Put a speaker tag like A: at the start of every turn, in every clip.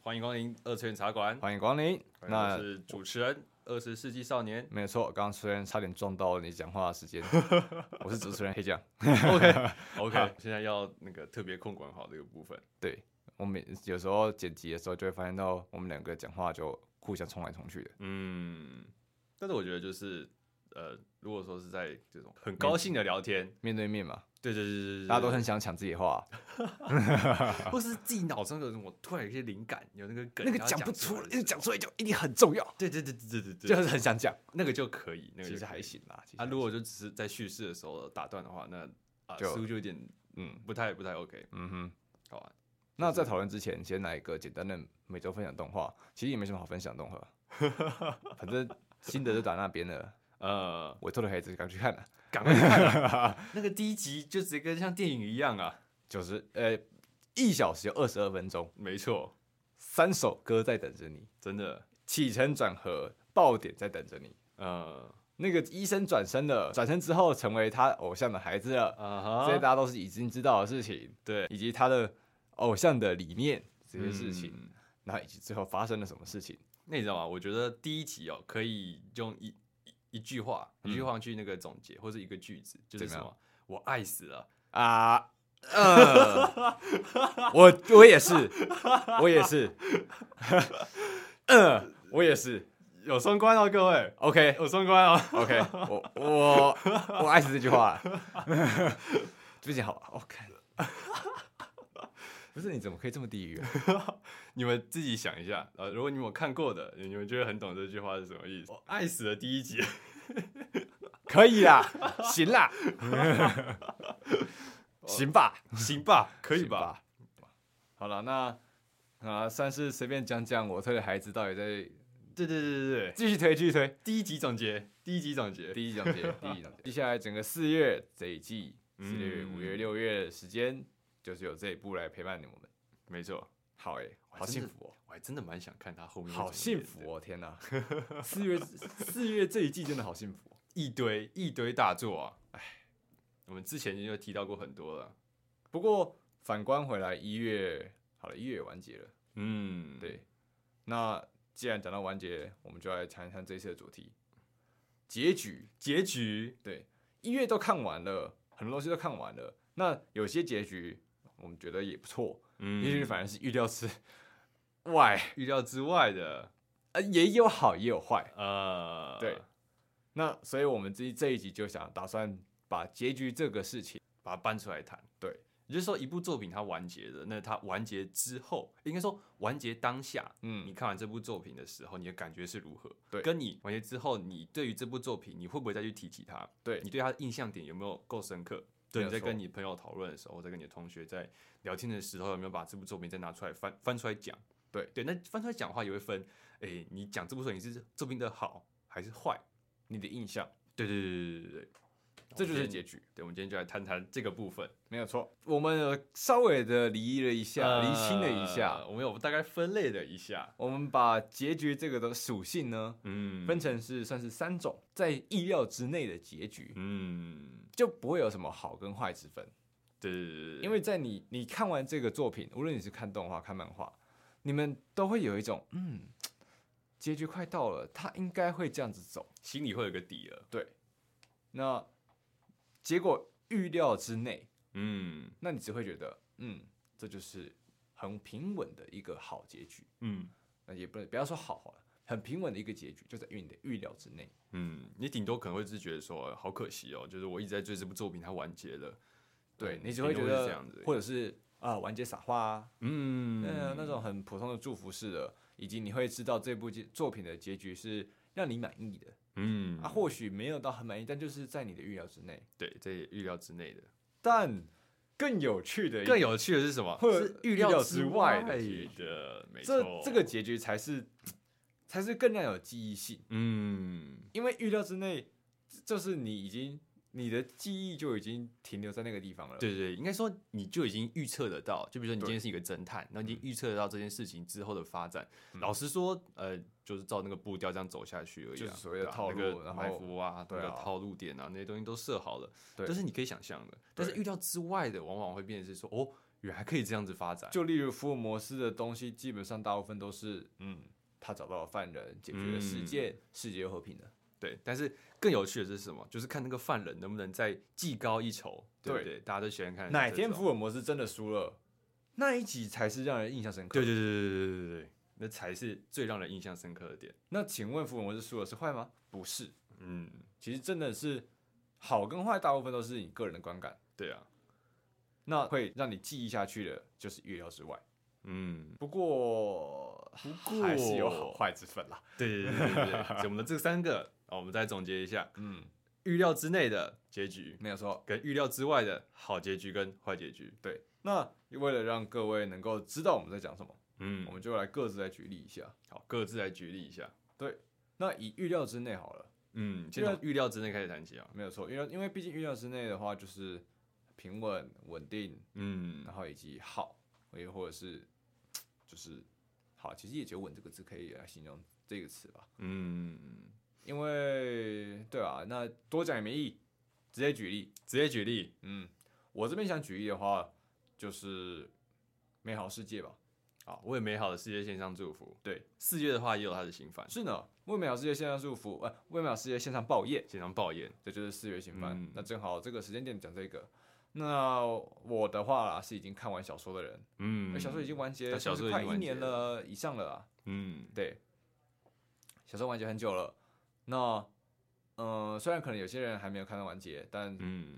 A: 欢迎光临二次元茶馆，
B: 欢迎光临。
A: 我
B: 那
A: 是主持人二十世纪少 年。
B: 没有错，刚刚虽然差点撞到你讲话的 时间，我是主持人黑酱。
A: OK，现在要那个特别控管好这个部分。
B: 对我每有时候剪辑的时候就会发现到我们两个讲话就互相冲来冲去的。
A: 嗯，但是我觉得就是呃，如果说是在这种很高兴的聊天，
B: 面对面嘛，
A: 对对对对对对，
B: 大家都很想抢自己的话，
A: 或是自己脑中有什么突然有一些灵感，有那个梗，
B: 那个
A: 然后
B: 讲
A: 讲
B: 不出来，
A: 来
B: 那个讲出来就一定很重要，
A: 对对对对对对对，
B: 就是很想讲。
A: 那个就可以，那个
B: 其
A: 就
B: 实
A: 可以
B: 还。行啦，其实
A: 啊，
B: 还
A: 如果就只是在叙事的时候打断的话，那啊，
B: 就
A: 似乎就有点
B: 嗯
A: 不太不太 OK。
B: 嗯哼。
A: 好啊，
B: 那在讨论之前，先来一个简单的每周分享动画，其实也没什么好分享动 画，反正新的就打那边了。
A: 呃，
B: 我做的孩子刚去看了，
A: 赶快看啊 那个第一集就直接跟像电影一样啊，
B: 九十呃一小时有二十二分钟，
A: 没错，
B: 三首歌在等着你，
A: 真的，
B: 起承转合爆点在等着你。
A: 呃
B: 那个医生转身了，转身之后成为他偶像的孩子了，
A: 啊
B: 这些
A: 哈，
B: 大家都是已经知道的事情，
A: 对
B: 以及他的偶像的理念这些事情，
A: 嗯
B: 然后以及最后发生了什么事情。
A: 那你知道吗？我觉得第一集哦，可以用一一一句话，一句话去那个总结，或者一个句子，就是什
B: 嗯怎么
A: 么？我爱死了，
B: 啊，呃，我我也是，我 也是，嗯， 我也是。
A: 有双关哦，各位，
B: OK
A: 有双关哦。
B: OK，我哎我我爱死这句话 了。最近好好看， 不是你怎么可以这么地狱、啊？
A: 你们自己想一下，呃，如果你们有看过的，你们就会很懂这句话是什么意思。我爱死了第一 集，
B: 可以啦，行啦， 行吧，
A: 行吧，可以
B: 行
A: 吧？？
B: 好了，那啊，算是随便讲讲我推的孩子到底在
A: 对对对对对，
B: 继续推，继续推。
A: 第一集总结，第一集总结，
B: 第一 讲解，第一讲解。接下来整个四月这一季，四月、
A: 嗯
B: 五月、六月的时间，就是有这一部来陪伴你我们。
A: 没错，
B: 好诶、好幸福哦，
A: 我还真的蛮想看他后面会
B: 好
A: 怎么
B: 幸
A: 演的
B: 福哦！天哪， 四月四月这一季真的好幸福、哦。
A: 一堆一堆大作啊！哎，我们之前就提到过很多了。
B: 不过反观回来，一月好了，一月也完结了。
A: 嗯，
B: 对，那既然讲到完结，我们就来谈一谈这一次的主题——结局。
A: 结局
B: 对，一月都看完了，很多东西都看完了。那有些结局我们觉得也不错，
A: 嗯
B: 也许反而是预料之外，
A: 预料之外的，
B: 呃，也有好也有坏。
A: 呃，
B: 对，那所以我们这一这一集就想打算把结局这个事情，
A: 把它搬出来谈。
B: 对，
A: 也就是说，一部作品它完结了，那它完结之后，应该说完结当下，你
B: 嗯，
A: 看完这部作品的时候，你的感觉是如何？
B: 对
A: 跟你完结之后，你对于这部作品，你会不会再去提起它？
B: 对
A: 你对它的印象点有没有够深刻？对，
B: 没有
A: 你在
B: 错
A: 跟你朋友讨论的时候，或者跟你的同学在聊天的时候，有没有把这部作品再拿出来翻翻出来讲？
B: 对
A: 对，那翻出来讲的话也会分，诶，你讲这部作品是作品的好还是坏？
B: 你的印象，
A: 对对对对对对，
B: 这就是
A: 结
B: 结
A: 局。
B: 局，
A: 对，我们今天就来谈谈这个部分，
B: 没有错。我们有稍微的离了一下，
A: 呃
B: 厘清了一下，
A: 我们有大概分类了一下，
B: 我们把结局这个的属性呢，
A: 嗯，
B: 分，成是算是三种，在意料之内的结局。
A: 嗯，
B: 就不会有什么好跟坏之分，
A: 对对对对，
B: 因为在你你看完这个作品，无论你是看动画、看漫画，你们都会有一种嗯，结局快到了，他应该会这样子走。
A: 心里会有个底了。
B: 对，那结果预料之内，
A: 嗯
B: 那你只会觉得嗯，这就是很平稳的一个好结局。
A: 嗯
B: 那也不能不要说好好了，很平稳的一个结局，就在于你的预料之内。
A: 嗯，你顶多可能会是觉得说，好可惜哦，就是我一直在追这部作品，它完结了。
B: 对
A: 嗯
B: 你只会
A: 顶
B: 觉
A: 多
B: 得
A: 是这样子而已，
B: 或者是啊，完结撒花啊，
A: 嗯，
B: 那那种很普通的祝福式的，以及你会知道这部结作品的结局是让你满意的。
A: 嗯
B: 啊，或许没有到很满意，但就是在你的预料之内。
A: 对，这也预料之内的。
B: 但更有趣的一
A: 更有趣的是什么？
B: 或者
A: 是预
B: 预料
A: 料
B: 之
A: 外
B: 外的结
A: 的，没
B: 这
A: 错。
B: 这个，结局才是才是更让有记忆性，
A: 嗯，
B: 因为预料之内就是你已经你的记忆就已经停留在那个地方了。
A: 对对，对应该说你就已经预测得到，就比如说你
B: 对
A: 今天是一个侦探，那你已经预测得到这件事情之后的发展。老实说，呃，就是照那个步调这样走下去而已、啊，
B: 就是所谓的
A: 对啊
B: 套
A: 那
B: 路
A: 个
B: 然
A: 埋
B: 后
A: 伏啊，
B: 对
A: 那个
B: 啊
A: 套路点啊，那些东西都设好了，
B: 对
A: 这是你可以想象的。但是
B: 对
A: 预料之外的，往往会变成是说，哦，原来可以这样子发展，
B: 就例如福尔摩斯的东西，基本上大部分都是嗯，他找到了犯人，解决了
A: 嗯
B: 事件，世界又和平了。
A: 对。但是更有趣的是什么？就是看那个犯人能不能再技高一筹，对不
B: 对
A: 对？大家都喜欢看
B: 哪
A: 哎这
B: 天
A: 种
B: 福尔摩斯真的输了，那一集才是让人印象深刻。
A: 对对对对对对对对，那才是最让人印象深刻的点。
B: 那请问福尔摩斯输了是坏吗？不是，
A: 嗯，
B: 其实真的是好跟坏，大部分都是你个人的观感。
A: 对啊，
B: 那会让你记忆下去的，就是预料之外。
A: 嗯，
B: 不过，不
A: 过
B: 还是有好坏之分啦。
A: 对对对对对对。所以我们的这三个，啊，我们再总结一下：
B: 嗯，
A: 预料之内的结局，
B: 没有错。
A: 跟预料之外的好结局跟坏结局。
B: 对，那为了让各位能够知道我们在讲什么，
A: 嗯
B: 我，们就来各自来举例一下。
A: 好，各自来举例一下。
B: 那以预料之内好了，
A: 嗯，先从预料之内开始谈起啊。
B: 没有错。预料，因为毕竟预料之内的话，就是平稳、稳定，
A: 嗯
B: 然后以及好，也或者是就是好，其实也只有“稳”这个字可以来形容这个词吧。
A: 嗯，
B: 因为对啊，那多讲也没意义，直接举例。
A: 直接举例
B: 嗯，我这边想举例的话，就是美好世界吧。
A: 啊，为美好的世界献上祝福。
B: 对，
A: 四月的话也有他的新番，
B: 是呢，为美好世界线上祝福，呃，为美好世界线上报业，
A: 献上抱怨。
B: 这就是四月新番。
A: 嗯
B: 那正好这个时间点讲这个。那我的话啦，是已经看完小说的人，
A: 嗯
B: 而哎小说已经完结，
A: 他小说
B: 甚至
A: 已
B: 快
A: 经
B: 一
A: 完结
B: 年
A: 了
B: 了以上了啦。
A: 嗯，
B: 对，小说完结很久了。那，嗯、虽然可能有些人还没有看到完结，但
A: 嗯，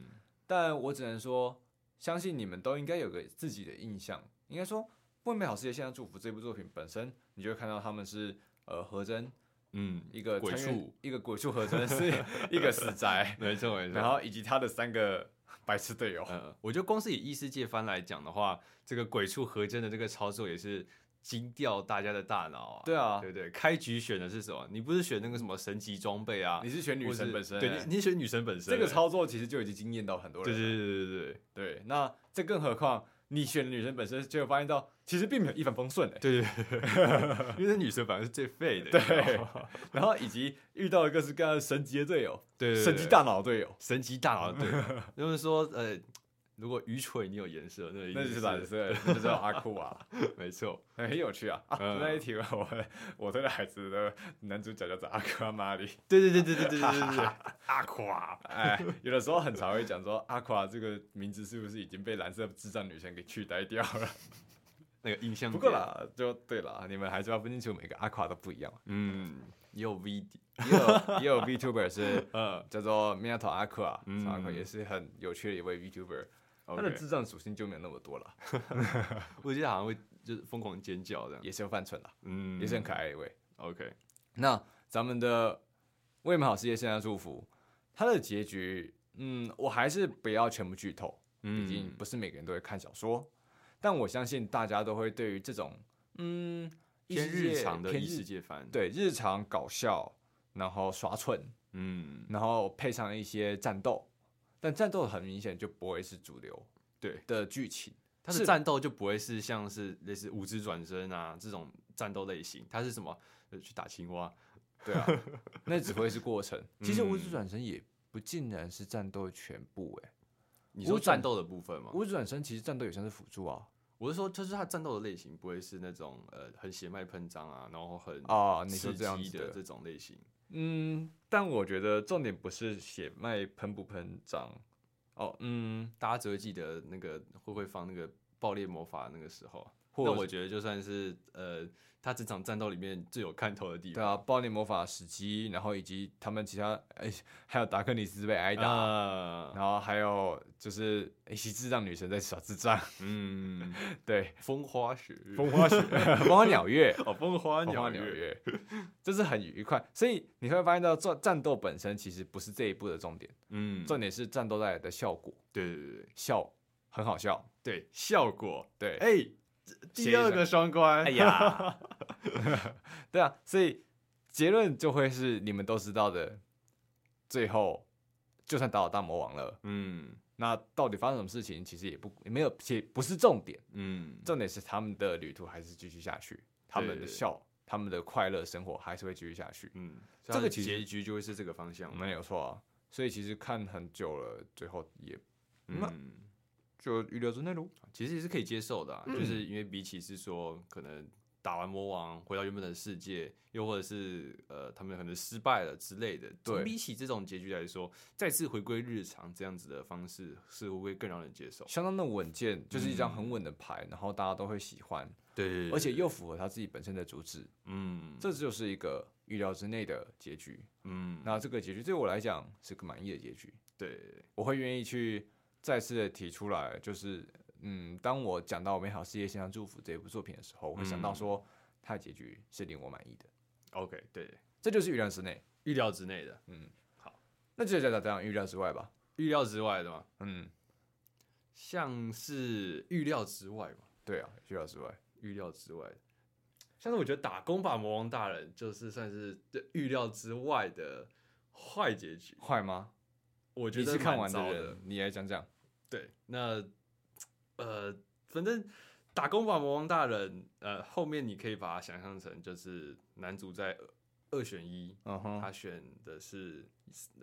B: 但我只能说，相信你们都应该有个自己的印象。应该说，《为美好世界献上祝福》这部作品本身，你就会看到他们是呃和真
A: 嗯，
B: 一个
A: 鬼
B: 穿越
A: 畜，
B: 一个鬼畜和真是一个死宅，
A: 没错没错。
B: 然后以及他的三个 白痴队友。
A: 呃，我觉得光是以异世界番来讲的话，这个鬼畜和真的这个操作也是惊掉大家的大脑啊。
B: 对啊
A: 对不对，开局选的是什么？你不是选那个什么神级装备啊？
B: 你是选女
A: 或
B: 神
A: 是
B: 本身、
A: 对，
B: 欸，
A: 你你选女神本身
B: 这个
A: 欸。
B: 操作其实就已经惊艳到很多
A: 对
B: 人
A: 对
B: 了。
A: 对对对
B: 对，那这更何况你选女神本身，就会发现到其实并没有一帆风顺、欸。
A: 对对对， 因为那女神反而是最废的。
B: 对
A: 你知道吗
B: 然后以及遇到了各式各样的神级的队友，
A: 对对，
B: 神级大脑队友。
A: 神级大佬， 对，就是说呃，如果愚蠢你有颜色，那一定
B: 那就是蓝色，那就叫阿库啊，
A: 没错。
B: 很有趣啊。啊
A: 嗯
B: 那一题 我我推的孩子的男主角叫做阿库阿玛里，
A: 对对对对对对对对对，阿垮。
B: 哎，有的时候很常会讲说阿库啊这个名字是不是已经被蓝色智障女神给取代掉了？
A: 那个印象
B: 不过
A: 点，
B: 啦，就对啦，你们还是要分清楚每个阿库啊都不一样嘛。
A: 嗯，也有 V 底，
B: 也有也有 VTuber 是
A: 呃，
B: 叫做 Minato 阿库啊，
A: 嗯
B: 阿库也是很有趣的一位 VTuber，他的
A: OK
B: 智障属性就没有那么多了，
A: 我记得好像会就是疯狂尖叫这样，
B: 也是有犯蠢啦，
A: 嗯，
B: 也是很可爱的一位。
A: OK，
B: 那咱们的为美好世界献上祝福，它的结局，嗯，我还是不要全部剧透，毕
A: 嗯，
B: 竟不是每个人都会看小说，但我相信大家都会对于这种，嗯，异
A: 偏
B: 世界
A: 日常的
B: 偏
A: 异世
B: 日
A: 界番，，
B: 对日常搞笑，然后耍蠢，
A: 嗯，
B: 然后配上一些战斗，但战斗很明显就不会是主流
A: 对，
B: 的剧情，
A: 它的
B: 是
A: 战斗就不会是像是类似五指转身啊这种战斗类型，它是什么？呃去打青蛙，
B: 对 啊，那只会是过程。其实无指
A: 嗯
B: 转身也不尽然是战斗全部、欸，哎。
A: 你说
B: 五指转
A: 战斗的部分吗？
B: 无指转身其实战斗也算是辅助啊。
A: 我是说，就是它战斗的类型不会是那种呃很血脉喷张啊，然后很
B: 啊，你说
A: 刺
B: 这样
A: 激
B: 子
A: 的
B: 的，
A: 这种类型。
B: 嗯，但我觉得重点不是血脉喷不喷张，哦，嗯，
A: 大家只会记得那个会不会放那个爆裂魔法那个时候，
B: 或
A: 那
B: 者
A: 我觉得就算是呃他整场战斗里面最有看头的地
B: 对
A: 方。
B: 啊，暴力魔法时机，然后以及他们其他，哎，还有达克里斯被挨打，
A: 啊，
B: 然后还有就是一些智障女神在耍智障，
A: 嗯，
B: 对，
A: 风花雪月，
B: 风花雪， 风花鸟月，
A: 哦，风花
B: 风
A: 鸟
B: 花鸟，月，这是很愉快，所以你会发现到战战斗本身其实不是这一部的重点，
A: 嗯，
B: 重点是战斗带来的效果，
A: 对对对对
B: 笑很好笑，
A: 对，效果，
B: 对，
A: 哎、第二个双关，
B: 哎， 呀，对啊，所以结论就会是你们都知道的，最后就算打倒大魔王了，
A: 嗯
B: 那到底发生什么事情，其实也不也没有，其实不是重点，
A: 嗯，
B: 重点是他们的旅途还是继续下去，他们的
A: 对
B: 笑，他们的快乐生活还是会继续下去，
A: 嗯，所
B: 这个
A: 以它的
B: 其实
A: 结局就会是这个方向，
B: 没有错啊。所以其实看很久了，最后也那
A: 嗯，
B: 就预留住内容。
A: 其实也是可以接受的、啊，就是因为比起是说可能打完魔王回到原本的世界，又或者是呃他们可能失败了之类的，
B: 对
A: 总比起这种结局来说，再次回归日常这样子的方式，似乎会更让人接受。
B: 相当的稳健，就是一张很稳的牌，然后大家都会喜欢，
A: 对嗯对
B: 而且又符合他自己本身的主旨，
A: 嗯
B: 这就是一个预料之内的结局。
A: 嗯，
B: 那这个结局对我来讲是个满意的结局，
A: 对，
B: 我会愿意去再次的提出来，就是嗯，当我讲到《美好世界线上祝福》这部作品的时候，我会想
A: 嗯
B: 到说它的结局是令我满意的，
A: OK，对，
B: 这就是预料之内。
A: 预料之内的，
B: 那就再讲讲预料之外吧。
A: 预料之外的嘛，
B: 嗯，
A: 像是预料之外嘛，
B: 对啊，预料之外，
A: 预料之外的。像是我觉得打工吧魔王大人就是算是这预料之外的坏结局，
B: 坏吗？
A: 我觉
B: 你
A: 得
B: 是看
A: 蛮
B: 完的
A: 糟
B: 人，你来讲讲。
A: 对，那呃，反正打工吧魔王大人，呃，后面你可以把它想象成就是男主在二二选一，
B: 嗯哼，
A: 他选的是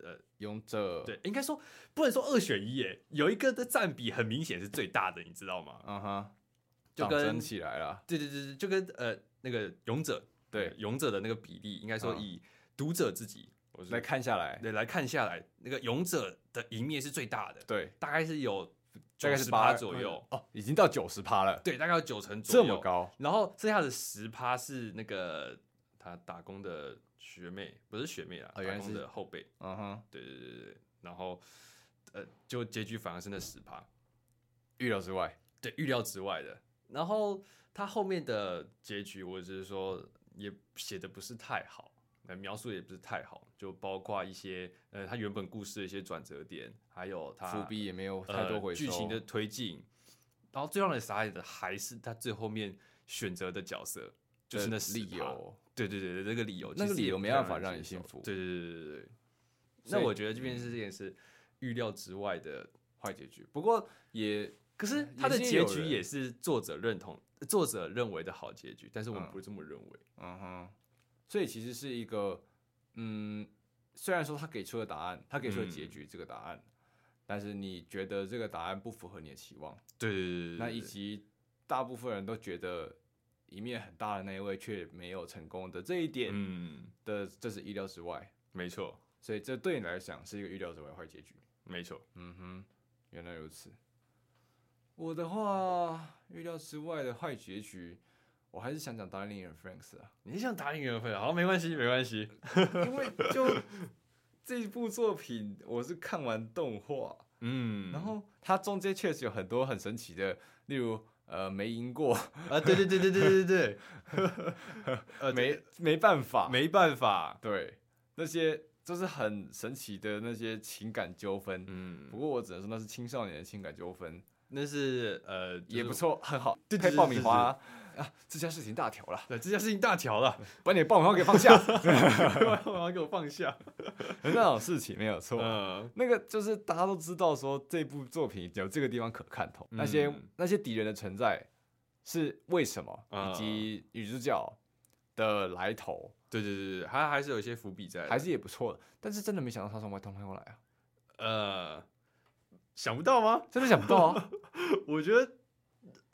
A: 呃，
B: 勇者，，
A: 对，应该说不能说二选一，耶，有一个的占比很明显是最大的，你知道吗？
B: 嗯哼，
A: 就
B: 就
A: 跟
B: 跟起来了。
A: 对对对对，就跟呃那个勇者
B: 对，
A: 勇者的那个比例，应该说
B: 嗯
A: 以读者自己，我
B: 来
A: 是
B: 看下来，
A: 对来看下来，那个勇者的一面是最大的，
B: 对，
A: 大概是嗯有
B: 大概
A: 90%
B: 是八
A: 左右，
B: 哦，已经到九十趴了，
A: 对，大概有九成左
B: 这
A: 右
B: 么高，
A: 然后剩下的十趴是那个他打工的学妹，不是学妹啦，
B: 哦
A: 打
B: 原来
A: 工
B: 是
A: 的后辈。
B: 嗯哼，
A: 对对对对，然后呃，就结局反而是那十趴，
B: 预料之外，
A: 对，预料之外的。然后他后面的结局，我只是说也写的不是太好。呃，描述也不是太好，就包括一些呃，他原本故事的一些转折点，还有他
B: 伏笔也没有
A: 呃
B: 太多回收。
A: 剧情的推进。然后最让人傻眼的还是他最后面选择的角色，就是那
B: 的
A: 10%
B: 呃理由，
A: 对对对，对那个理由，
B: 那
A: 其
B: 个
A: 实
B: 理
A: 也
B: 由
A: 不
B: 没
A: 太
B: 办法
A: 人
B: 让
A: 接
B: 你幸
A: 受
B: 福
A: 对对对对对对。
B: 所
A: 那
B: 以嗯
A: 我觉得这边是这件事预料之外的，
B: 坏结局。不过也
A: 可是
B: 也
A: 它的
B: 是
A: 结
B: 有
A: 局
B: 人
A: 啊也是作者认同、作者认为的好结局，但是我们
B: 嗯
A: 不这么认为。
B: 嗯哼，所以其实是一个，嗯，虽然说他给出了答案，他给出了结
A: 嗯
B: 局这个答案，但是你觉得这个答案不符合你的期望，
A: 对对对对对，
B: 那以及大部分人都觉得一面很大的那一位却没有成功的这一点
A: 嗯，
B: 的，这是意料之外，
A: 没错
B: 所以这对你来讲是一个预料之外的坏结局。
A: 没错，
B: 嗯哼，原来如此。我的话，预料之外的坏结局，我还是想讲《Darling in France》啊。
A: 你想打你缘分，好，没关系没关系，
B: 因为就这部作品，我是看完动画，
A: 嗯，
B: 然后它中间确实有很多很神奇的，例如呃没赢过，
A: 啊，对对对对对对 对，呃
B: 没没办法，
A: 没办法，
B: 对那些就是很神奇的那些情感纠纷。
A: 嗯
B: 不，过我只能说那是青少年的情感纠纷，
A: 那是呃
B: 也不，
A: 就是
B: 错，很好，
A: 对对
B: 配
A: 对
B: 爆米
A: 对
B: 花啊，这件事情大条了，
A: 对，这件事情大条了，
B: 把你的爆米花给放下，
A: 我要给我放下。
B: 那种事情没有错。
A: 嗯，
B: 那个就是大家都知道说这部作品有这个地方可看头，那些
A: 嗯
B: 那些敌人的存在是为什么，
A: 啊
B: 以及女主角的来头，
A: 对对对对，还还是有一些伏笔在的，
B: 还是也不错的。但是真的没想到他从外太空来啊，
A: 呃，想不到吗？
B: 真的想不到 啊，
A: 我觉得，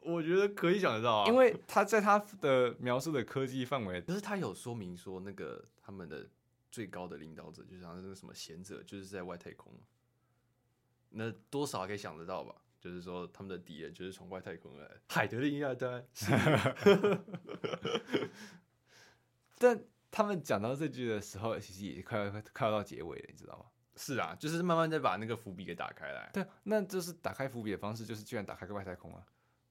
A: 我觉得可以想得到啊，
B: 因为他在他的描述的科技范围，
A: 可是他有说明说那个他们的最高的领导者，就是好像是那个什么贤者，就是在外太空，那多少可以想得到吧？就是说他们的敌人就是从外太空来的，海德利亚丹，
B: 但他们讲到这句的时候，其实也快要快要到结尾了，你知道吗？
A: 是啊，就是慢慢再把那个伏笔给打开来。
B: 对，那就是打开伏笔的方式，就是居然打开个外太空啊！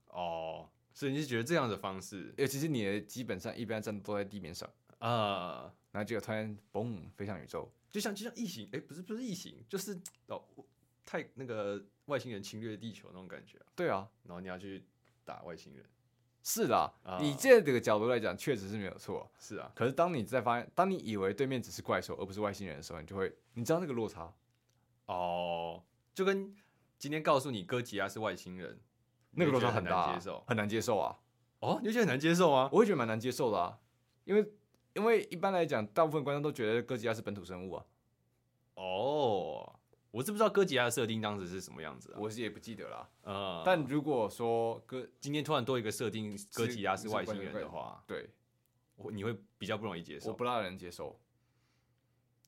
A: 哦，所以你是觉得这样的方式
B: 尤其是你的基本上一般战斗都在地面上，
A: 啊？
B: 然后结果突然嘣飞向宇宙，
A: 就像就像异形，哎、不是不是异形，就是哦太那个外星人侵略地球那种感觉啊、
B: 对啊，
A: 然后你要去打外星人，
B: 是啦，
A: 啊
B: 你这个角度来讲确实是没有错。
A: 是啊，
B: 可是当你在发现，当你以为对面只是怪兽而不是外星人的时候，你就会，你知道那个落差，
A: 哦，就跟今天告诉你哥吉拉是外星人，
B: 那
A: 你
B: 个落
A: 会觉
B: 差
A: 得
B: 很
A: 很
B: 大啊、
A: 难接受
B: 很难接受啊！
A: 哦，你会觉得很难接受吗？
B: 我会觉得蛮难接受的啊，因为因为一般来讲，大部分观众都觉得哥吉拉是本土生物啊，
A: 哦，我是不知道哥吉拉的设定当时是什么样子啊。
B: 我是也不记得啦。
A: 呃，
B: 但如果说哥
A: 今天突然多一个设定哥吉拉是外星人的话，
B: 对，
A: 我你会比较不容易接
B: 我
A: 受
B: 不，让人接受，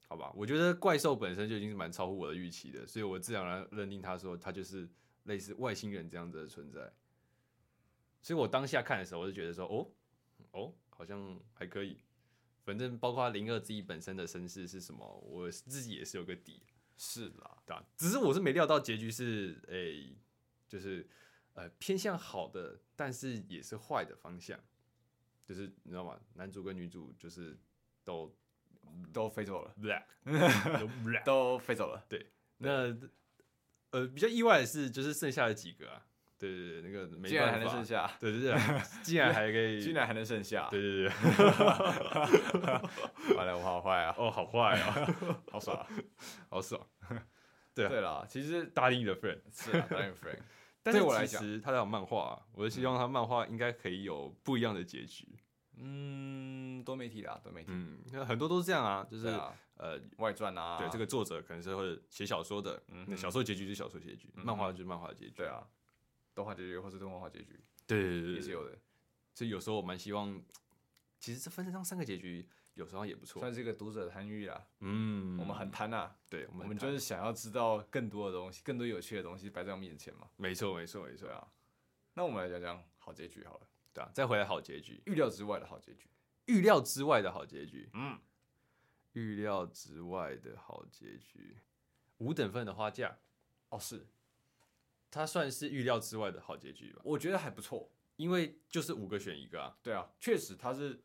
A: 好吧？我觉得怪兽本身就已经是蛮超乎我的预期的，所以我自然而然认定他说他就是类似外星人这样子的存在。所以我当下看的时候，我就觉得说，哦哦，好像还可以。反正包括零二自己本身的身世是什么，我自己也是有个底。
B: 是啦，
A: 对、啊、只是我是没料到结局是诶、就是呃偏向好的，但是也是坏的方向，就是你知道吗？男主跟女主就是都嗯
B: 都飞走了，
A: 不啦都不啦
B: 都飞走了。
A: 那呃比较意外的是，就是剩下的几个啊，对对对，那个没
B: 竟然还
A: 办
B: 能
A: 法
B: 剩，下，
A: 对对 对，竟然还可以，
B: 竟然还能剩下，
A: 对对 对，
B: 完了，我好坏啊，
A: 哦，好 坏啊，
B: 好爽啊。
A: 好爽。啊
B: 对啦，其实
A: 大力的 friend，
B: 是啊，当然 friend，
A: 但是
B: 对我来
A: 其
B: 讲
A: 实他有漫画、啊，我是希望他漫画应该可以有不一样的结局。
B: 嗯，多媒体啦，多媒体，
A: 嗯，那很多都是这样啊，就是、
B: 对啊，
A: 呃，
B: 外传啊，
A: 对这个作者可能是会写小说的，
B: 嗯
A: 那
B: 哼
A: 小说结局是小说结局，
B: 嗯哼
A: 漫画就是漫画结局。
B: 对啊，动画结局或是动画化结局
A: 对对对
B: 也
A: 对
B: 是
A: 对，
B: 有的，
A: 所以有时候我蛮希望，其实这分成上三个结局，有时候也不错。
B: 算是一个读者的贪欲啦。
A: 嗯，
B: 我们很贪啊，
A: 对，我
B: 我
A: 们
B: 们
A: 很
B: 就是想要知道更多的东西，更多有趣的东西摆在我们眼前嘛。
A: 没错没错没错
B: 对，啊，那我们来讲讲好结局好了，
A: 对啊，再回来好结局，
B: 预料之外的好结局。
A: 预料之外的好结局，
B: 嗯，
A: 预料之外的好结局，五等份的花嫁，
B: 哦，是，
A: 它算是预料之外的好结局吧，
B: 我觉得还不错。
A: 因为就是五个选一个啊。
B: 对啊，确实他是，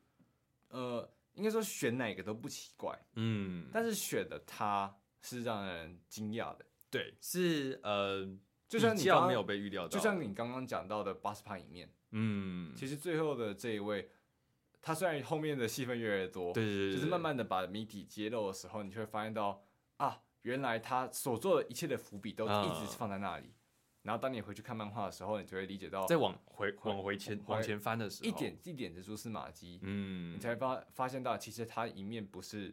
B: 呃，应该说选哪个都不奇怪，
A: 嗯，
B: 但是选的他是让人惊讶的。
A: 对，是呃，
B: 就像
A: 比
B: 你
A: 较
B: 刚刚
A: 没有被预料到，
B: 就像你刚刚讲到的八十趴里面，
A: 嗯，
B: 其实最后的这一位，他虽然后面的戏份越来越多，
A: 对对对，
B: 就是
A: 对
B: 慢慢的把谜底揭露的时候，你就会发现到啊，原来他所做的一切的伏笔都一直
A: 嗯
B: 放在那里。然后当你回去看漫画的时候，你就会理解到
A: 再往回
B: 回
A: 往回前
B: 回
A: 往前翻的时候，
B: 一，点一点的蛛丝马迹，
A: 嗯
B: 你，才发发现到其实它一面不是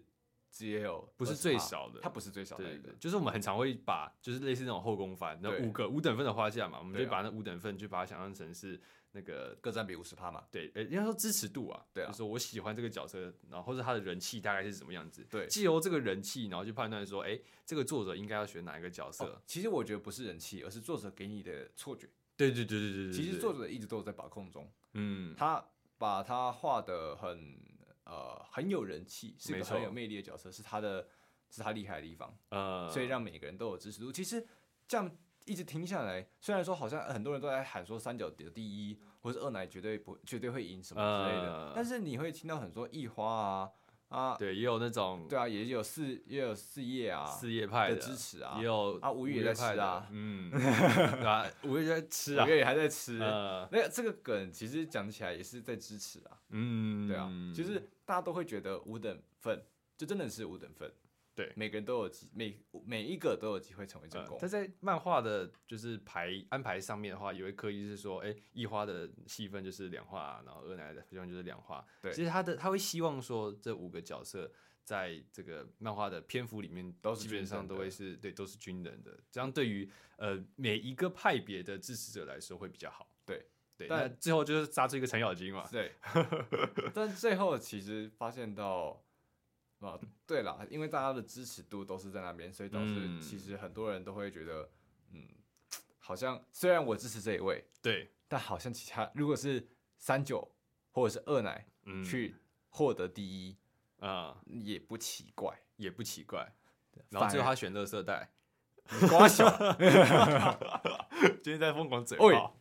B: 只有
A: 不是
B: 20%
A: 最少的
B: 它不是最少的
A: 对
B: 一
A: 对
B: 个
A: 对，，就是我们很常会把就是类似那种后宫番，那
B: 对
A: 五个五等份的花嫁嘛，我们
B: 对
A: 就
B: 啊
A: 把那五等份就把它想象成是那个。
B: 各占比五十趴嘛。
A: 对，呃，应该说支持度啊，
B: 对啊
A: 就是说我喜欢这个角色，然后或者他的人气大概是什么样子，
B: 对
A: 借由这个人气，然后去判断说，哎，这个作者应该要选哪一个角色，
B: 哦其实我觉得不是人气，而是作者给你的错觉。
A: 对对对对对对，
B: 其实
A: 对
B: 作，者一直都有在把控中，
A: 嗯，
B: 他把他画的很呃很有人气，是
A: 没
B: 个
A: 错
B: 很有魅力的角色，是他的是他厉害的地方，
A: 呃，
B: 所以让每个人都有支持度。其实这样一直听下来，虽然说好像呃很多人都在喊说三角得第一，或是二奶绝对不绝对会赢什么之类的，
A: 呃
B: 但是你会听到很多一花啊啊，
A: 对，也有那种
B: 对啊，也有四也有四叶啊
A: 事业派
B: 的
A: 的
B: 支持啊
A: 也，有
B: 啊吴宇也在吃啊
A: 吴越派的嗯，对啊，吴越在吃 啊
B: 五，月也还在吃。
A: 呃，
B: 那这个梗其实讲起来也是在支持啊，
A: 嗯，
B: 对啊，其实大家都会觉得五等份，就真的是五等份。
A: 对
B: 每个人都有机，每每一个都有机会成为正
A: 呃
B: 宫。
A: 他在漫画的，就是排安排上面的话，也会刻意是说，哎、一花的戏份就是两画，然后二奶的戏份就是两画。
B: 对
A: 其实他的他会希望说，这五个角色在这个漫画的篇幅里面，
B: 都是
A: 基本
B: 均
A: 上
B: 等
A: 都
B: 的
A: 会是对，都是均等的。这样对于呃每一个派别的支持者来说会比较好。
B: 对
A: 对，
B: 但
A: 那最后就是扎出一个程咬金嘛。
B: 啊 对，但最后其实发现到，啊，对啦，因为大家的支持度都是在那边，所以导致
A: 嗯
B: 其实很多人都会觉得，嗯，好像虽然我支持这一位，
A: 对，
B: 但好像其他如果是三九或者是二奶
A: 嗯，
B: 去获得第一，
A: 啊、
B: 也不奇怪。
A: 也不奇怪。然后最后他选乐色袋，
B: 瓜小，
A: 今天在疯狂嘴
B: 喂
A: 炮。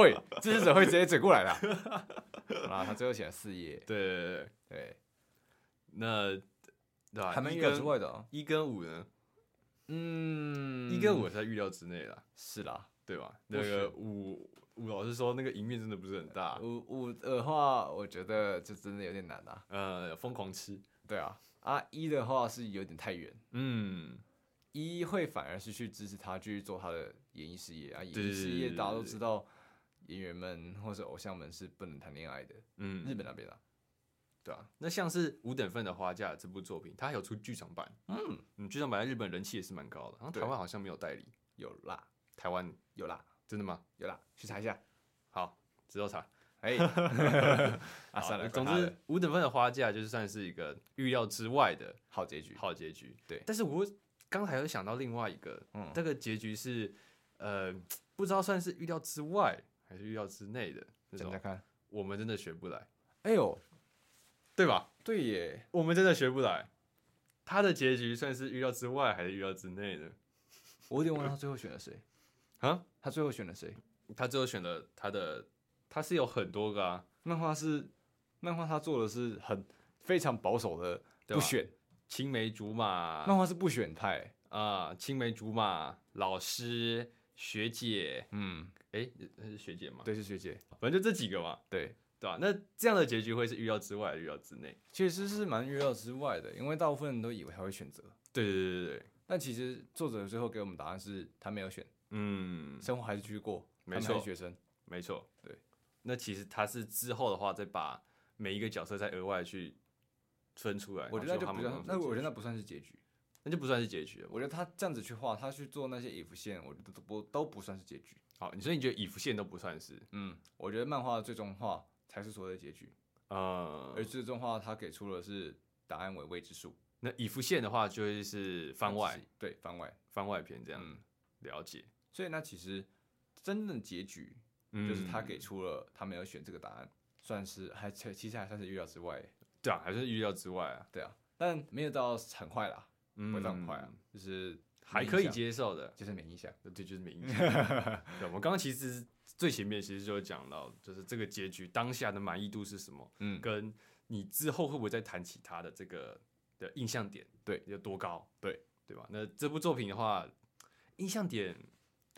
B: 喂，支持者会直接嘴过来啦。啊， 他最后写了四页，
A: 对对对对，
B: 对，
A: 那对吧？
B: 还蛮
A: 一
B: 意料
A: 跟
B: 之外的、哦。
A: 一跟五呢？
B: 嗯
A: 一跟五在预料之内啦，
B: 是啦，
A: 对吧？
B: 不
A: 那个
B: 是
A: 五五老师说那个赢面真的不是很大，
B: 五五的话，我觉得就真的有点难啦、
A: 呃，疯狂吃，
B: 对啊，啊一的话是有点太远，
A: 嗯，
B: 一会反而是去支持他去做他的演艺事业啊。演
A: 对
B: 艺事业大家都
A: 对
B: 知道，演员们或是偶像们是不能谈恋爱的，
A: 嗯
B: 日本那边啊，
A: 对啊，那像是《五等份的花嫁》这部作品，它还有出剧场版，
B: 嗯，
A: 嗯，剧场版在日本人气也是蛮高的，然后
B: 对
A: 台湾好像没有代理，
B: 有啦，
A: 台湾
B: 有啦，
A: 真的吗？
B: 有啦，去查一下。
A: 好，知道查。
B: 哎， 啊，
A: 好
B: 算了，
A: 总
B: 管他
A: 之
B: 的
A: 五等份的花嫁就是算是一个预料之外的
B: 好结局。
A: 好结局。
B: 对
A: 但是我刚才又想到另外一个，
B: 嗯
A: 这个结局是呃，不知道算是预料之外还是预料之内的那
B: 讲
A: 种
B: 讲，看。
A: 我们真的学不来，
B: 哎呦，
A: 对吧？
B: 对耶，
A: 我们真的学不来。他的结局算是预料之外还是预料之内呢？
B: 我有点忘了他最后选了谁
A: 啊？
B: 他最后选了谁？
A: 他最后选了他的，他是有很多个啊，
B: 漫画是漫画，他做的是很非常保守的，
A: 对啊
B: 不
A: 吧
B: 选
A: 青梅竹马，
B: 漫画是不选派。
A: 啊、青梅竹马，老师、学姐，
B: 嗯，
A: 诶，那是学姐嘛，
B: 对，是学姐，
A: 反正就这几个嘛，
B: 对，
A: 对吧、那这样的结局会是预料之外，预料之内。
B: 其实是蛮预料之外的，因为大部分人都以为他会选择，
A: 对对对对对，
B: 但其实作者最后给我们答案是他没有选，
A: 嗯，
B: 生活还是继续过，
A: 没
B: 他们还是
A: 错
B: 学生，
A: 没错，
B: 对。
A: 那其实他是之后的话，再把每一个角色再额外去分出来，
B: 我觉得
A: 然后
B: 那就
A: 他
B: 不
A: 们
B: 算，
A: 刚
B: 那
A: 刚
B: 我觉
A: 分
B: 得那
A: 结局
B: 不算是结局。
A: 那就不算是结局了。
B: 我觉得他这样子去画，他去做那些衣服线，我觉得都不都不算是结局。
A: 好，你所以你觉得以服线都不算是，
B: 嗯，我觉得漫画的最终化才是所谓的结局，
A: 呃
B: 而，最终化他给出的是答案为未知数，
A: 那以服线的话就会是番外
B: 对番外，
A: 番外篇这样，
B: 嗯
A: 了解，
B: 所以那其实真正的结局就是他
A: 嗯
B: 给出了他没有选这个答案，算是还其实还算是预料之外，
A: 对啊，还是预料之外啊，
B: 对啊，但没有到很坏啦，不
A: 嗯
B: 会到很坏啊，就是
A: 还
B: 没
A: 可以
B: 印象，
A: 接受的，
B: 就是没印象。
A: 对，就是没印象。对，我们刚刚其实最前面其实就有讲到，就是这个结局当下的满意度是什么，
B: 嗯，
A: 跟你之后会不会再谈起它的这个的印象点，
B: 对，
A: 有多高，
B: 对，
A: 对吧？那这部作品的话，印象点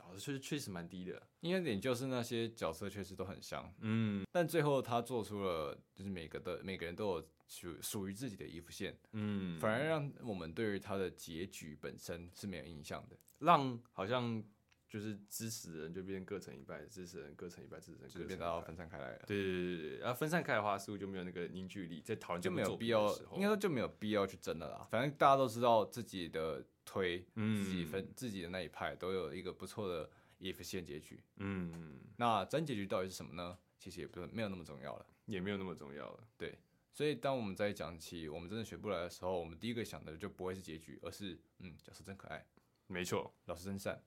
A: 老实说确实蛮低的，
B: 印象点就是那些角色确实都很像，
A: 嗯
B: 但最后他做出了，就是每个的每个人都有属属于自己的衣服线，
A: 嗯，
B: 反而让我们对于他的结局本身是没有印象的
A: 让好像就是支持人就变各成一派，支持人各成一派，支持人各
B: 就是
A: 成一
B: 变
A: 派
B: 到。分散开来了，
A: 对对对对对，啊，分散开的话，似乎就没有那个凝聚力，在讨论这
B: 就
A: 部
B: 没有
A: 作
B: 必
A: 品的
B: 要
A: 时，候
B: 应该说就没有必要去争了啦。反正大家都知道自己的推，
A: 嗯
B: 自己分自己的那一派都有一个不错的衣服线结局。
A: 嗯，
B: 那真结局到底是什么呢？其实也不没有那么重要了。
A: 也没有那么重要了。
B: 所以，当我们在讲起我们真的学不来的时候，我们第一个想的就不会是结局，而是嗯，角色真可爱，
A: 没错，
B: 老师真善，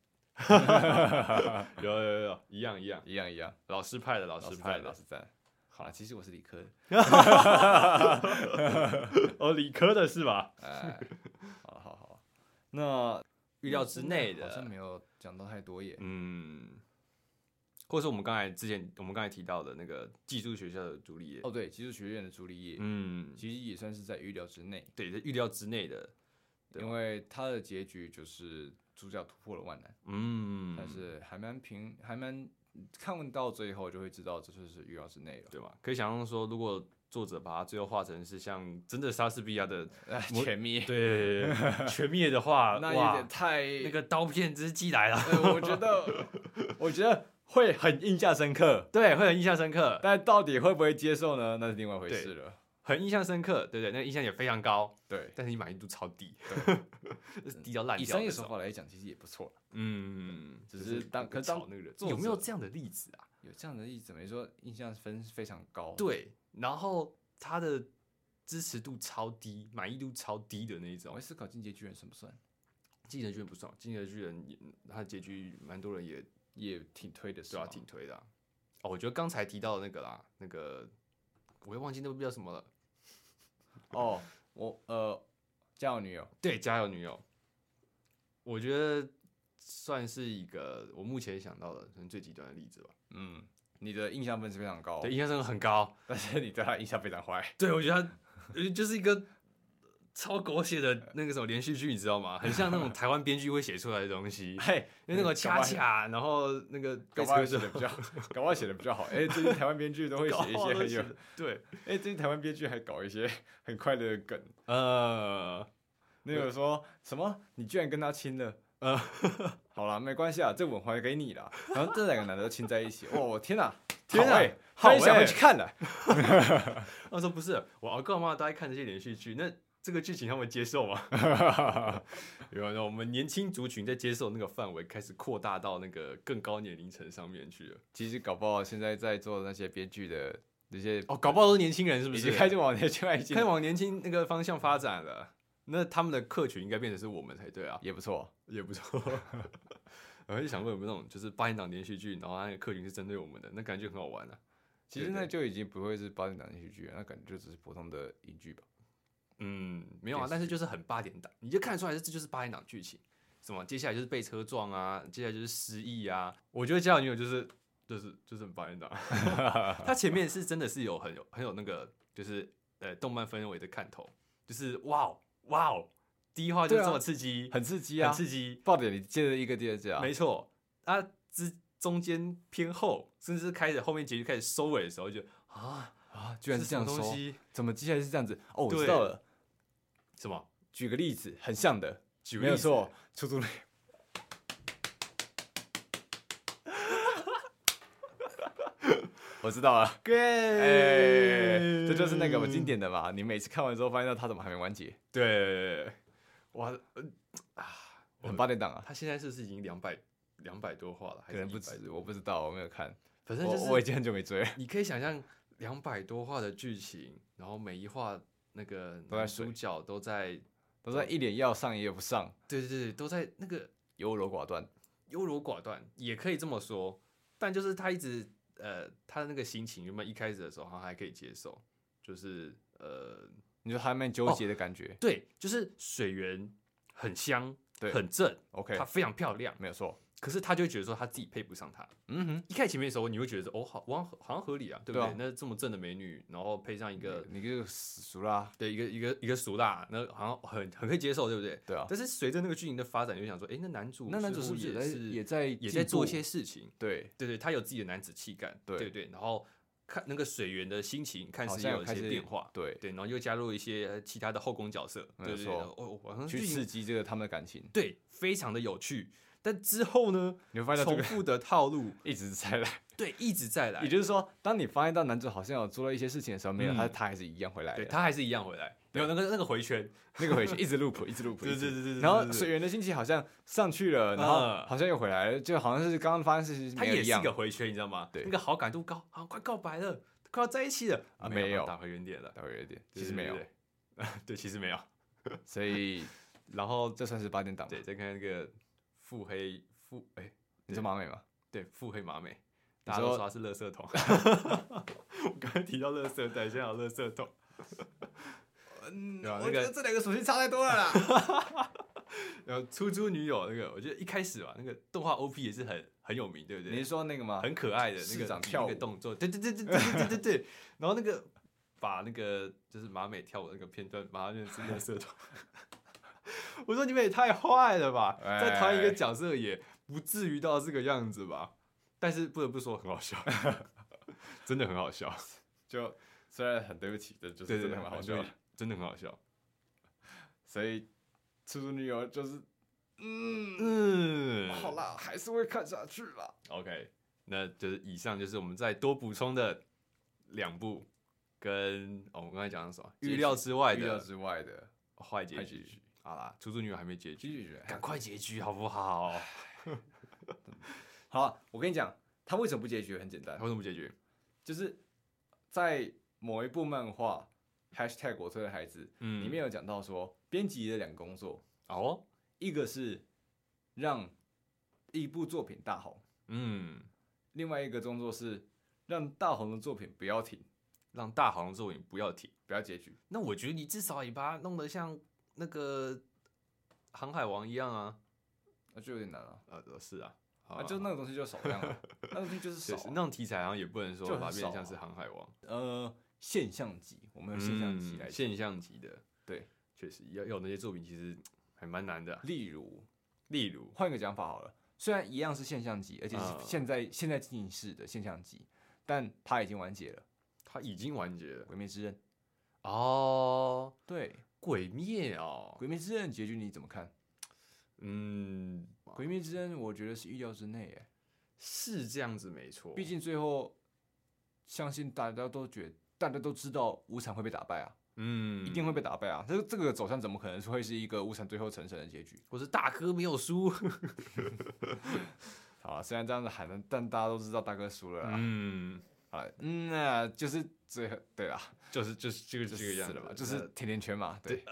A: 有有有有，一样一样，
B: 一样一样，
A: 老师派的老
B: 老
A: 师
B: 师
A: 派
B: 赞，
A: 的
B: 老，师赞。好了，其实我是理科的，
A: 哦，理科的是吧？
B: 哎，好了好了好了，那
A: 预料之内
B: 好像
A: 的，
B: 没有讲到太多耶。
A: 嗯，或者是我们刚才之前我们刚才提到的那个技术学校的朱丽叶，
B: 哦，对，技术学院的朱丽叶、
A: 嗯，
B: 其实也算是在预料之内，
A: 对，在预料之内的，对
B: 因为它的结局就是主角突破了万难，
A: 嗯，
B: 但是还蛮平，还蛮看到最后就会知道这就是预料之内了。
A: 对吧？可以想象说，如果作者把它最后画成是像真的莎士比亚的
B: 哎，
A: 我
B: 全灭，
A: 对 全灭的话，
B: 那有
A: 哇
B: 点太
A: 那个刀片之寄来了，
B: 呃，我觉得，我觉得会很印象深刻，
A: 对，会很印象深刻。
B: 但到底会不会接受呢？那是另外一回
A: 对
B: 事了。
A: 很印象深刻，对不对？那个印象也非常高，
B: 对，
A: 但是你满意度超低，低到烂
B: 以
A: 掉
B: 商
A: 那
B: 业手
A: 种。
B: 法来讲，其实也不错啦。
A: 嗯，
B: 只是当可是当
A: 找那个人
B: 作者
A: 有没有这样的例子啊？
B: 有这样的例子，没说印象分非常高。，
A: 对，然后他的支持度超低，满意度超低的那一
B: 我
A: 种
B: 会。思考进阶巨人算不算，
A: 进击的巨人不算，进击的巨人也他的结局蛮多人也
B: 也挺推的，是
A: 对啊
B: 吧？
A: 挺推的啊、哦，我觉得刚才提到的那个啦，那个我又忘记那部叫什么了。
B: 哦，我呃，交女友，
A: 对，家有女友，我觉得算是一个我目前想到的可能最极端的例子吧。
B: 嗯，你的印象分是非常高，
A: 对，印象真的很高。
B: 但是你对他印象非 常坏。，
A: 对，我觉得他呃就是一个超狗血的那个什么连续剧，你知道吗？很像那种台湾编剧会写出来的东西
B: 嘿，
A: 因为那个恰恰，然后那个
B: 哎
A: 被
B: 搞不好
A: 车
B: 写
A: 子
B: 的比较，搞不好写的比较好。哎，最近台湾编剧都 会写一些很有，
A: 对，
B: 哎，最近台湾编剧还搞一些很快乐的梗。
A: 呃，
B: 那个说什么？你居然跟他亲了？呃， 好啦，没关系啊，这吻还给你啦。然后这两个男的都亲在一起，哇，我天哪，天
A: 好
B: 啊
A: 欸，
B: 好
A: 突然想回
B: 欸
A: 去看了。他说不是，我阿公阿妈都爱看这些连续剧，那这个剧情他们接受吗？ 有啊，我们年轻族群在接受那个范围开始扩大到那个更高年龄层上面去了。
B: 其实搞不好现在在做的那些编剧的那些
A: 哦，搞不好都是年轻人是不
B: 已
A: 是？
B: 经开始往那去外界
A: 开始往年轻那个方向发展了。那他们的客群应该变成是我们才对啊，
B: 也不错。
A: 也不错。 我就想问有没有那种就是八点档连续剧，然后它那个客群是针对我们的，那感觉很好玩啊。
B: 其实
A: 对对
B: 那就已经不会是八点档连续剧了，那感觉就只是普通的影剧吧。
A: 嗯，没有啊
B: 电，视
A: 但是就是很八点档，你就看得出来这就是八点档剧情。什么？接下来就是被车撞啊，接下来就是失忆啊。我觉得《家有女友》就是就是就是很八点档， 它前面是真的是有很有很有那个就是呃动漫氛围的看头，就是哇哦哇哦，第一话就
B: 对啊
A: 这么刺激，
B: 很刺激
A: 很
B: 啊！
A: 刺激，
B: 爆点你接着一个接着一个啊，
A: 没错。啊，之中间偏后，甚至是开始后面结局开始收尾的时候就，啊，
B: 啊，居然是
A: 是
B: 这
A: 什
B: 样
A: 么东
B: 收，
A: 西？
B: 怎么接下来是这样子？哦，我
A: 对
B: 知道了，
A: 什么？
B: 举个例子，很像的，
A: 举个
B: 没有
A: 例子
B: 错，出租率。 我知道了，哎，这就是那个我经典的嘛。你每次看完之后，发现到他怎么还没完结，
A: 对，哇，呃我
B: 很八点档啊，
A: 他现在是不是已经两百两百多话了？还
B: 可
A: 是
B: 能
A: 100，
B: 不止，我不知道，我没有看，
A: 反正就
B: 我我已
A: 是
B: 经很久没追了。
A: 你可以想象两百多话的剧情，然后每一话那个
B: 都在
A: 男
B: 水
A: 主角都在，
B: 都在一脸要上也不上，
A: 对对对，都在那个
B: 优柔寡断。
A: 优柔寡断，也可以这么说。但就是他一直呃，他的那个心情原本一开始的时候好像还可以接受，就是呃，
B: 你说还蛮纠结的感觉。
A: 对，就是水源很香，
B: 对
A: 很正，
B: OK，
A: 她非常漂亮，
B: 没有错。
A: 可是他就会觉得说他自己配不上她。
B: 嗯哼，
A: 一开始前面的时候，你会觉得哦，好，好像好像合理啊，对不
B: 对
A: 对？
B: 啊嗯
A: 那这么正的美女，然后配上一个
B: 你就是死俗啦。
A: 对一个一个一个俗辣，那好像很很可以接受，对不对？
B: 对啊，
A: 但是随着那个剧情的发展，你就想说，哎，那男主
B: 那男主
A: 是
B: 是
A: 不
B: 不
A: 是
B: 是
A: 是
B: 也在也在
A: 也
B: 进
A: 在做一
B: 步
A: 些事情？
B: 对，
A: 对对，他有自己的男子气概，
B: 对
A: 对对。然后看那个水源的心情，看
B: 好
A: 似也
B: 像
A: 有
B: 有
A: 一
B: 开
A: 些
B: 始
A: 变化，
B: 对，
A: 对，然后又加入一些呃其他的后宫角色，
B: 没
A: 对
B: 有
A: 对对，
B: 错
A: 哦，晚上
B: 去
A: 剧情
B: 刺激这个他们的感情。
A: 对，非常的有趣。但之后呢，
B: 你会发现到
A: 重
B: 这个
A: 复的套路，
B: 一直在来，
A: 对，一直在来
B: 也，就是说，当你发现到男主好像有做了一些事情的时候，没有
A: 嗯
B: 他，他还是一样回来
A: 对
B: 的。
A: 他还是一样回来，没有那个那个回圈，
B: 那个回去一直 loop，一直 loop，一直
A: 对对
B: 然后水源的心情好像上去了，然后
A: 嗯
B: 好像又回来了，就好像是刚刚发生事情
A: 他
B: 没有
A: 也
B: 一
A: 是一
B: 样。
A: 个回圈，你知道吗？
B: 对
A: 那个好感度高，好快告白了，快要在一起了，
B: 啊没
A: 没
B: 有
A: 打回原点了，
B: 待会有一点，
A: 对
B: 其实没，有
A: 对，对对 对，其实没有。
B: 所 以
A: 然后
B: 这算是八点档吧。
A: 对，再看那个腹黑腹，哎，
B: 你说马美吗？
A: 对，腹黑马美，
B: 你
A: 大家都
B: 说
A: 说他是垃圾桶。 我刚才提到垃圾袋，现在有垃圾桶。
B: 嗯
A: 对啊
B: 我
A: 那
B: 觉
A: 个
B: 得这两个属性差太多了啦。
A: 然后出租女友那个，我觉得一开始吧，那个动画 OP 也是很很有名，对不对？
B: 你是说那个吗？
A: 很可爱的那
B: 市
A: 个
B: 长
A: 比
B: 跳
A: 那
B: 舞
A: 个动作，对对对对对对对对对，然后那个把那个就是马美跳舞那个片段，马上就是乐色团。 我说你们也太坏了吧，
B: 哎
A: 在谈一个角色也不至于到这个样子吧？但是不得不说很好 笑，真的很好笑，
B: 就虽然很对不起，但就
A: 对
B: 是
A: 对对，
B: 真的很好
A: 很
B: 笑
A: 对。真的很好笑。
B: 所以出租女友就是，嗯，
A: 嗯，
B: 好啦，还是会看下去啦。
A: OK，那就是以上就是我们再多补充的两部，跟、哦、我们刚才讲的什么
B: 结
A: 预料之外
B: 预料
A: 的
B: 之外的，
A: 坏结
B: 坏结
A: 局
B: 局。
A: 好啦，出租女友还没结局，
B: 拒绝。
A: 赶快结局好不好？
B: 好啊，我跟你讲，他为什么不结局？很简单
A: 他，为什么不结局？
B: 就是在某一部漫画 #hashtag 我推的孩子
A: 嗯
B: 里面有讲到说，编辑的两个工作，
A: 哦，
B: 一个是让一部作品大红，
A: 嗯，
B: 另外一个工作是让大红的作品不要停，
A: 让大好的作品不要停。
B: 不要结局。
A: 那我觉得你至少也把它弄得像那个《航海王》一样啊。
B: 那就有点难了。
A: 呃，是啊，好
B: 啊，就那个东西就少量 了，那个东西就是
A: 确
B: 少
A: 实
B: 啊、
A: 那种题材好像也不能说
B: 就很
A: 把它变
B: 少
A: 得像是
B: 啊
A: 《航海王》
B: 呃现象级，我们用现象级来
A: 嗯
B: 讲。
A: 现象级的，
B: 对，
A: 确实要要有那些作品其实还蛮难的啊、
B: 例如，
A: 例如，
B: 换个讲法好了，虽然一样是现象级，而且
A: 嗯
B: 是现在、现在进行式的现象级，但它已经完结了，
A: 它已经完结了
B: 《鬼灭之刃》。
A: 哦，
B: 对，《
A: 鬼灭哦，
B: 鬼灭之刃》结局你怎么看？
A: 嗯，
B: 《鬼灭之刃》我觉得是预料之内，哎，
A: 是这样子没错，
B: 毕竟最后相信大家都觉大家都知道无惨会被打败啊，
A: 嗯，
B: 一定会被打败啊。这个这个走向怎么可能是会是一个无惨最后成神的结局？
A: 我是大哥没有输，
B: 好啊，虽然这样子喊，但但大家都知道大哥输了啦。
A: 嗯，
B: 好了，嗯，那就是最后对啦，
A: 就是就是这个
B: 就
A: 这个样
B: 死
A: 子
B: 了嘛，就是甜甜圈嘛，对，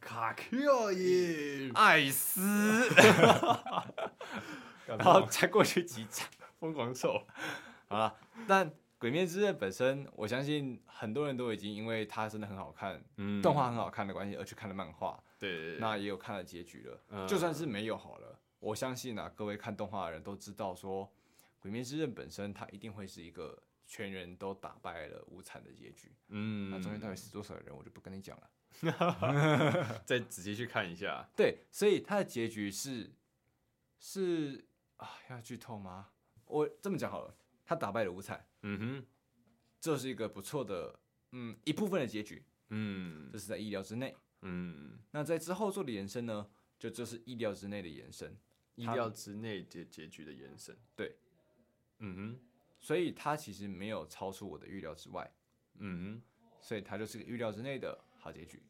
A: 卡克耶，
B: 艾斯，
A: 然
B: 然后
A: 后
B: 再过去几场。
A: 疯狂臭，
B: 好了，但《鬼灭之刃》本身，我相信很多人都已经因为它真的很好看，
A: 嗯
B: 动画很好看的关系，而去看了漫画，
A: 对对对，
B: 那也有看了结局了。
A: 嗯
B: 就算是没有好了，我相信啊，各位看动画的人都知道说，《鬼灭之刃》本身它一定会是一个全人都打败了无惨的结局。
A: 嗯，
B: 那中间到底死多少人，我就不跟你讲了。
A: 再仔细去看一下，
B: 对，所以它的结局是是啊，要剧透吗？我这么讲好了，他打败了无惨，
A: 嗯哼，
B: 这是一个不错的，嗯，一部分的结局，
A: 嗯
B: 这是在意料之内。
A: 嗯，
B: 那在之后做的延伸呢，就就是意料之内的延伸，
A: 意
B: 他
A: 料之内结结局的延伸，
B: 对，
A: 嗯哼，
B: 所以它其实没有超出我的预料之外，
A: 嗯
B: 所以它就是个预料之内的好结局，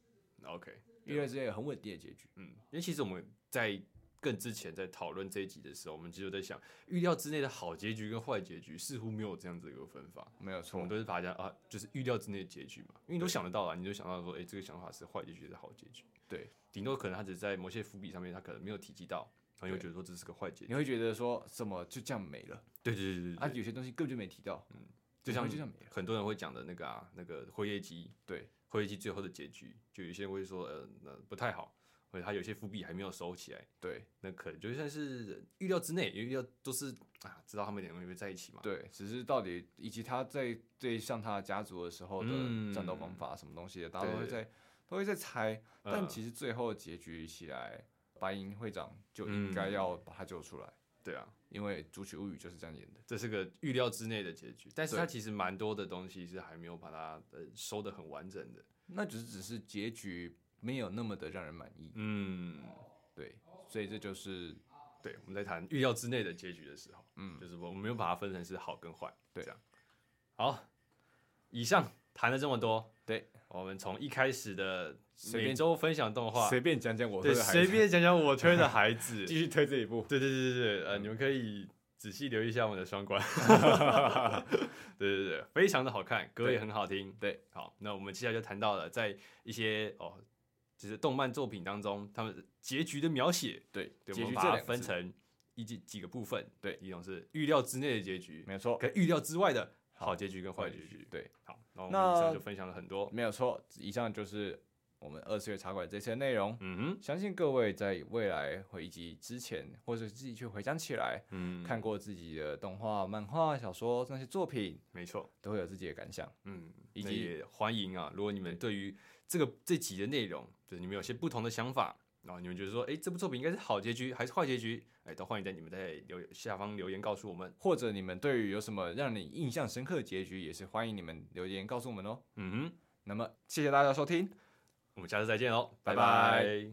A: 哼，OK，
B: 预料之内很稳定的结局。
A: 嗯，因为其实我们在更之前在讨论这一集的时候，我们就在想，预料之内的好结局跟坏结局似乎没有这样子一个分法。
B: 没有
A: 我
B: 错
A: 们，都是把它讲啊，就是预料之内的结局嘛，因为你都想得到了，你就想到说，哎、这个想法是坏结局还是好结局，
B: 对，
A: 顶多可能他只是在某些伏笔上面，他可能没有提及到，然后又
B: 对
A: 觉得说这是个坏结
B: 你
A: 局。
B: 会觉得说怎么就这样没了？
A: 对对对对
B: 啊，
A: 对，
B: 有些东西根本就没提到，嗯，
A: 就像
B: 就这样没了。
A: 很多人会讲的那个啊，那个辉夜姬，
B: 对，
A: 辉夜姬最后的结局，就有一些人会说，呃，那不太好，或者他有些伏笔还没有收起来，
B: 对
A: 那可能就算是预料之内，因为要都是啊，知道他们两个人会在一起嘛。
B: 对，只是到底以及他在对上他的家族的时候的
A: 嗯
B: 战斗方法什么东西的，大家都会
A: 对
B: 在都会在猜，但
A: 嗯
B: 其实最后结局起来，白银会长就应该
A: 嗯
B: 要把他救出来，
A: 对啊，
B: 因为《竹取物语》就是这样演的。
A: 这是个预料之内的结局，但是
B: 对
A: 它其实蛮多的东西是还没有把它呃收的很完整的。
B: 那只是只是结局没有那么的让人满意，
A: 嗯，
B: 对，所以这就是
A: 对，我们在谈预料之内的结局的时候，
B: 嗯
A: 就是我们没有把它分成是好跟坏，
B: 对
A: 这样。好，以上谈了这么多，
B: 对，
A: 我们从一开始的
B: 随便
A: 每周分享动画，
B: 便讲讲我
A: 对，随便讲讲我推的孩 子，
B: 续推这一部，
A: 对对对对对，呃，
B: 嗯
A: 你们可以仔细留意一下我们的双 关。对对对，非常的好看，歌也
B: 对
A: 很好听。
B: 对，
A: 好，那我们接下来就谈到了在一些哦，就是动漫作品当中，他们结局的描写，
B: 对，
A: 对，
B: 结
A: 我们
B: 局这
A: 把它
B: 两个
A: 分
B: 字
A: 成一几几个部分。
B: 对
A: 一种是预料之内的结局，
B: 没错，
A: 跟预料之外的好结局跟坏结局。
B: 对，
A: 好，那我们以
B: 那
A: 上就分享了很多。
B: 没有错，以上就是我们二次元茶馆这些内容。
A: 嗯哼，
B: 相信各位在未来回及之前，或者自己去回想起来，
A: 嗯，
B: 看过自己的动画、漫画、小说那些作品，
A: 没错。
B: 都会有自己的感想。
A: 嗯，
B: 以
A: 那
B: 及
A: 也欢迎啊，如果你们对于这个这集的内容，就是你们有些不同的想法，然后你们觉得说，哎、这部作品应该是好结局还是坏结局，哎、都欢迎在你们在留下方留言告诉我们。
B: 或者你们对于有什么让你印象深刻的结局，也是欢迎你们留言告诉我们哦。
A: 嗯哼，
B: 那么，谢谢大家收听。
A: 我们下次再见喽，哦
B: 拜拜
A: 拜